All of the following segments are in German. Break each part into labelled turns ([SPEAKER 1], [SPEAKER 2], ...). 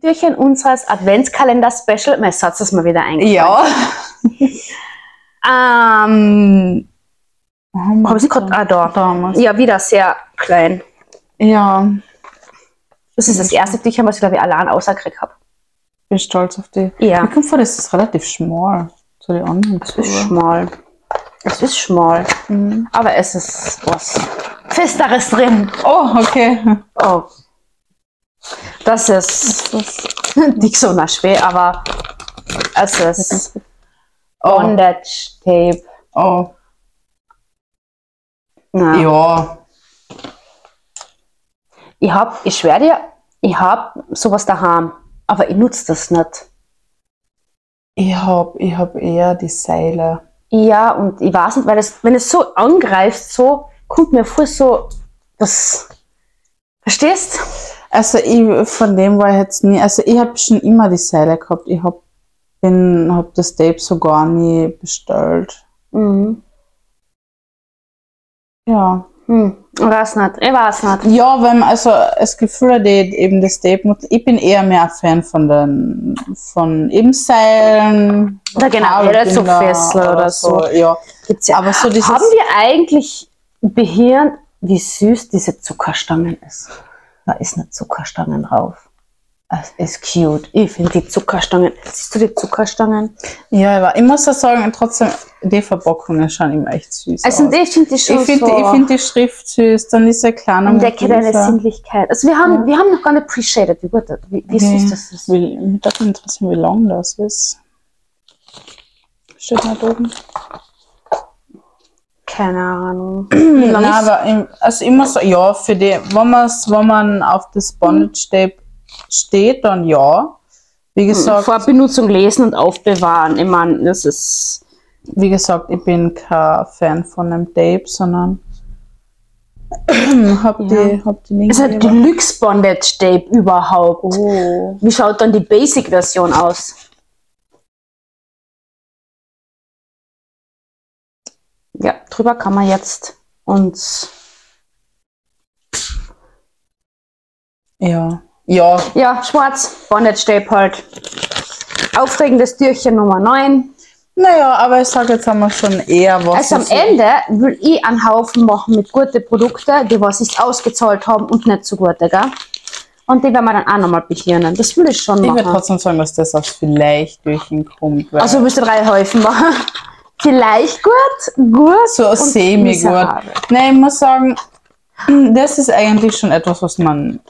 [SPEAKER 1] Türchen unseres Adventskalender-Special. Mein Satz ist mir wieder eingefallen.
[SPEAKER 2] Ja.
[SPEAKER 1] Ähm,
[SPEAKER 2] Haben
[SPEAKER 1] Habe ich gerade. Ah, da.
[SPEAKER 2] damals.
[SPEAKER 1] Ja, wieder sehr klein.
[SPEAKER 2] Ja,
[SPEAKER 1] Das ist das erste Türchen, was ich, glaube ich, allein rausgekriegt habe.
[SPEAKER 2] bin stolz auf die. Mir
[SPEAKER 1] Ja.
[SPEAKER 2] kommt vor, das ist relativ schmal zu den anderen.
[SPEAKER 1] Es ist schmal. Es ist schmal.
[SPEAKER 2] Mhm.
[SPEAKER 1] Aber es ist was Festeres drin.
[SPEAKER 2] Oh, okay.
[SPEAKER 1] Oh. Das ist nicht so na schwer, aber es ist
[SPEAKER 2] Oh,
[SPEAKER 1] Bondage Tape.
[SPEAKER 2] oh.
[SPEAKER 1] Na,
[SPEAKER 2] ja.
[SPEAKER 1] Ich hab, ich schwör dir, ich hab sowas daheim, aber ich nutze das nicht.
[SPEAKER 2] Ich hab, ich hab eher die Seile.
[SPEAKER 1] Ja, und ich weiß nicht, weil das, wenn es so angreift, so, kommt mir vor so, das, verstehst?
[SPEAKER 2] Also ich, von dem war ich jetzt nie, also ich hab schon immer die Seile gehabt. Ich hab, bin, hab das Tape so gar nie bestellt.
[SPEAKER 1] Mhm.
[SPEAKER 2] Ja.
[SPEAKER 1] Hm. Ich weiß nicht, ich weiß nicht.
[SPEAKER 2] Ja, wenn man, also das Gefühl hat die eben das Tape, nutzt. ich bin eher mehr ein Fan von den von eben Seilen.
[SPEAKER 1] Na genau, jeder so
[SPEAKER 2] Kabelbinder
[SPEAKER 1] Fessel oder so.
[SPEAKER 2] Ja.
[SPEAKER 1] Gibt's ja.
[SPEAKER 2] Aber so dieses
[SPEAKER 1] Haben wir eigentlich behirnt, wie süß diese Zuckerstangen ist? Da ist eine Zuckerstangen drauf. Das ist cute. Ich finde die Zuckerstangen. Siehst du die Zuckerstangen?
[SPEAKER 2] Ja, aber ich muss ja sagen, trotzdem, die Verpackungen schauen immer echt süß.
[SPEAKER 1] Also
[SPEAKER 2] aus.
[SPEAKER 1] ich finde die schon
[SPEAKER 2] ich finde
[SPEAKER 1] so
[SPEAKER 2] ich find die Schrift süß, dann diese kleine
[SPEAKER 1] entdecke deine Sinnlichkeit. Also wir haben,
[SPEAKER 2] Ja.
[SPEAKER 1] wir haben noch gar nicht pre-shaded. Wie gut, das- wie, wie süß das ist.
[SPEAKER 2] Wie, mich würde interessieren, wie lang das ist. Steht nicht oben.
[SPEAKER 1] Keine Ahnung.
[SPEAKER 2] Nein,
[SPEAKER 1] Lang ist-
[SPEAKER 2] aber im- also immer so, ja, für die, wenn, man's, wenn man auf das
[SPEAKER 1] Hm.
[SPEAKER 2] Bondage Tape steht, dann ja. Wie gesagt,
[SPEAKER 1] Vor Benutzung lesen und aufbewahren. Ich meine, das ist.
[SPEAKER 2] wie gesagt, ich bin kein Fan von dem Tape, sondern hab die, hab die
[SPEAKER 1] Das
[SPEAKER 2] nicht.
[SPEAKER 1] ist ein Deluxe Bondage Tape überhaupt.
[SPEAKER 2] oh.
[SPEAKER 1] Wie schaut dann die Basic-Version aus? Ja, drüber kann man jetzt uns.
[SPEAKER 2] Ja. Ja,
[SPEAKER 1] Ja, schwarz, Bondage Tape halt. Aufregendes Türchen Nummer 9.
[SPEAKER 2] naja, aber ich sag jetzt haben wir schon eher was.
[SPEAKER 1] Also am
[SPEAKER 2] ist-
[SPEAKER 1] Ende will ich einen Haufen machen mit guten Produkten, die was ich ausgezahlt haben und nicht so gute, gell? Und die werden wir dann auch nochmal behirnen. Das will ich schon
[SPEAKER 2] Ich würde
[SPEAKER 1] machen.
[SPEAKER 2] trotzdem sagen, dass das aufs vielleicht durchkommt.
[SPEAKER 1] Also willst du drei Häufen machen? Vielleicht gut, gut.
[SPEAKER 2] so semi gut.
[SPEAKER 1] miserabel.
[SPEAKER 2] Nein, ich muss sagen, das ist eigentlich schon etwas, was man,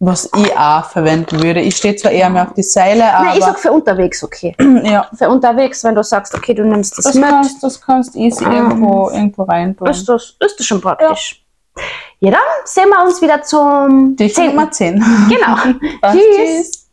[SPEAKER 2] was ich auch verwenden würde. Ich stehe zwar eher mehr auf die Seile, aber
[SPEAKER 1] Nein, ich sag für unterwegs okay.
[SPEAKER 2] ja,
[SPEAKER 1] Für unterwegs, wenn du sagst, okay, du nimmst das,
[SPEAKER 2] das
[SPEAKER 1] mit,
[SPEAKER 2] kannst, das kannst easy irgendwo, irgendwo rein tun.
[SPEAKER 1] ist das, ist das schon praktisch. Ja. dann sehen wir uns wieder zum
[SPEAKER 2] Dich
[SPEAKER 1] 10.
[SPEAKER 2] Nummer 10.
[SPEAKER 1] Genau.
[SPEAKER 2] Passt.
[SPEAKER 1] Tschüss.
[SPEAKER 2] Tschüss.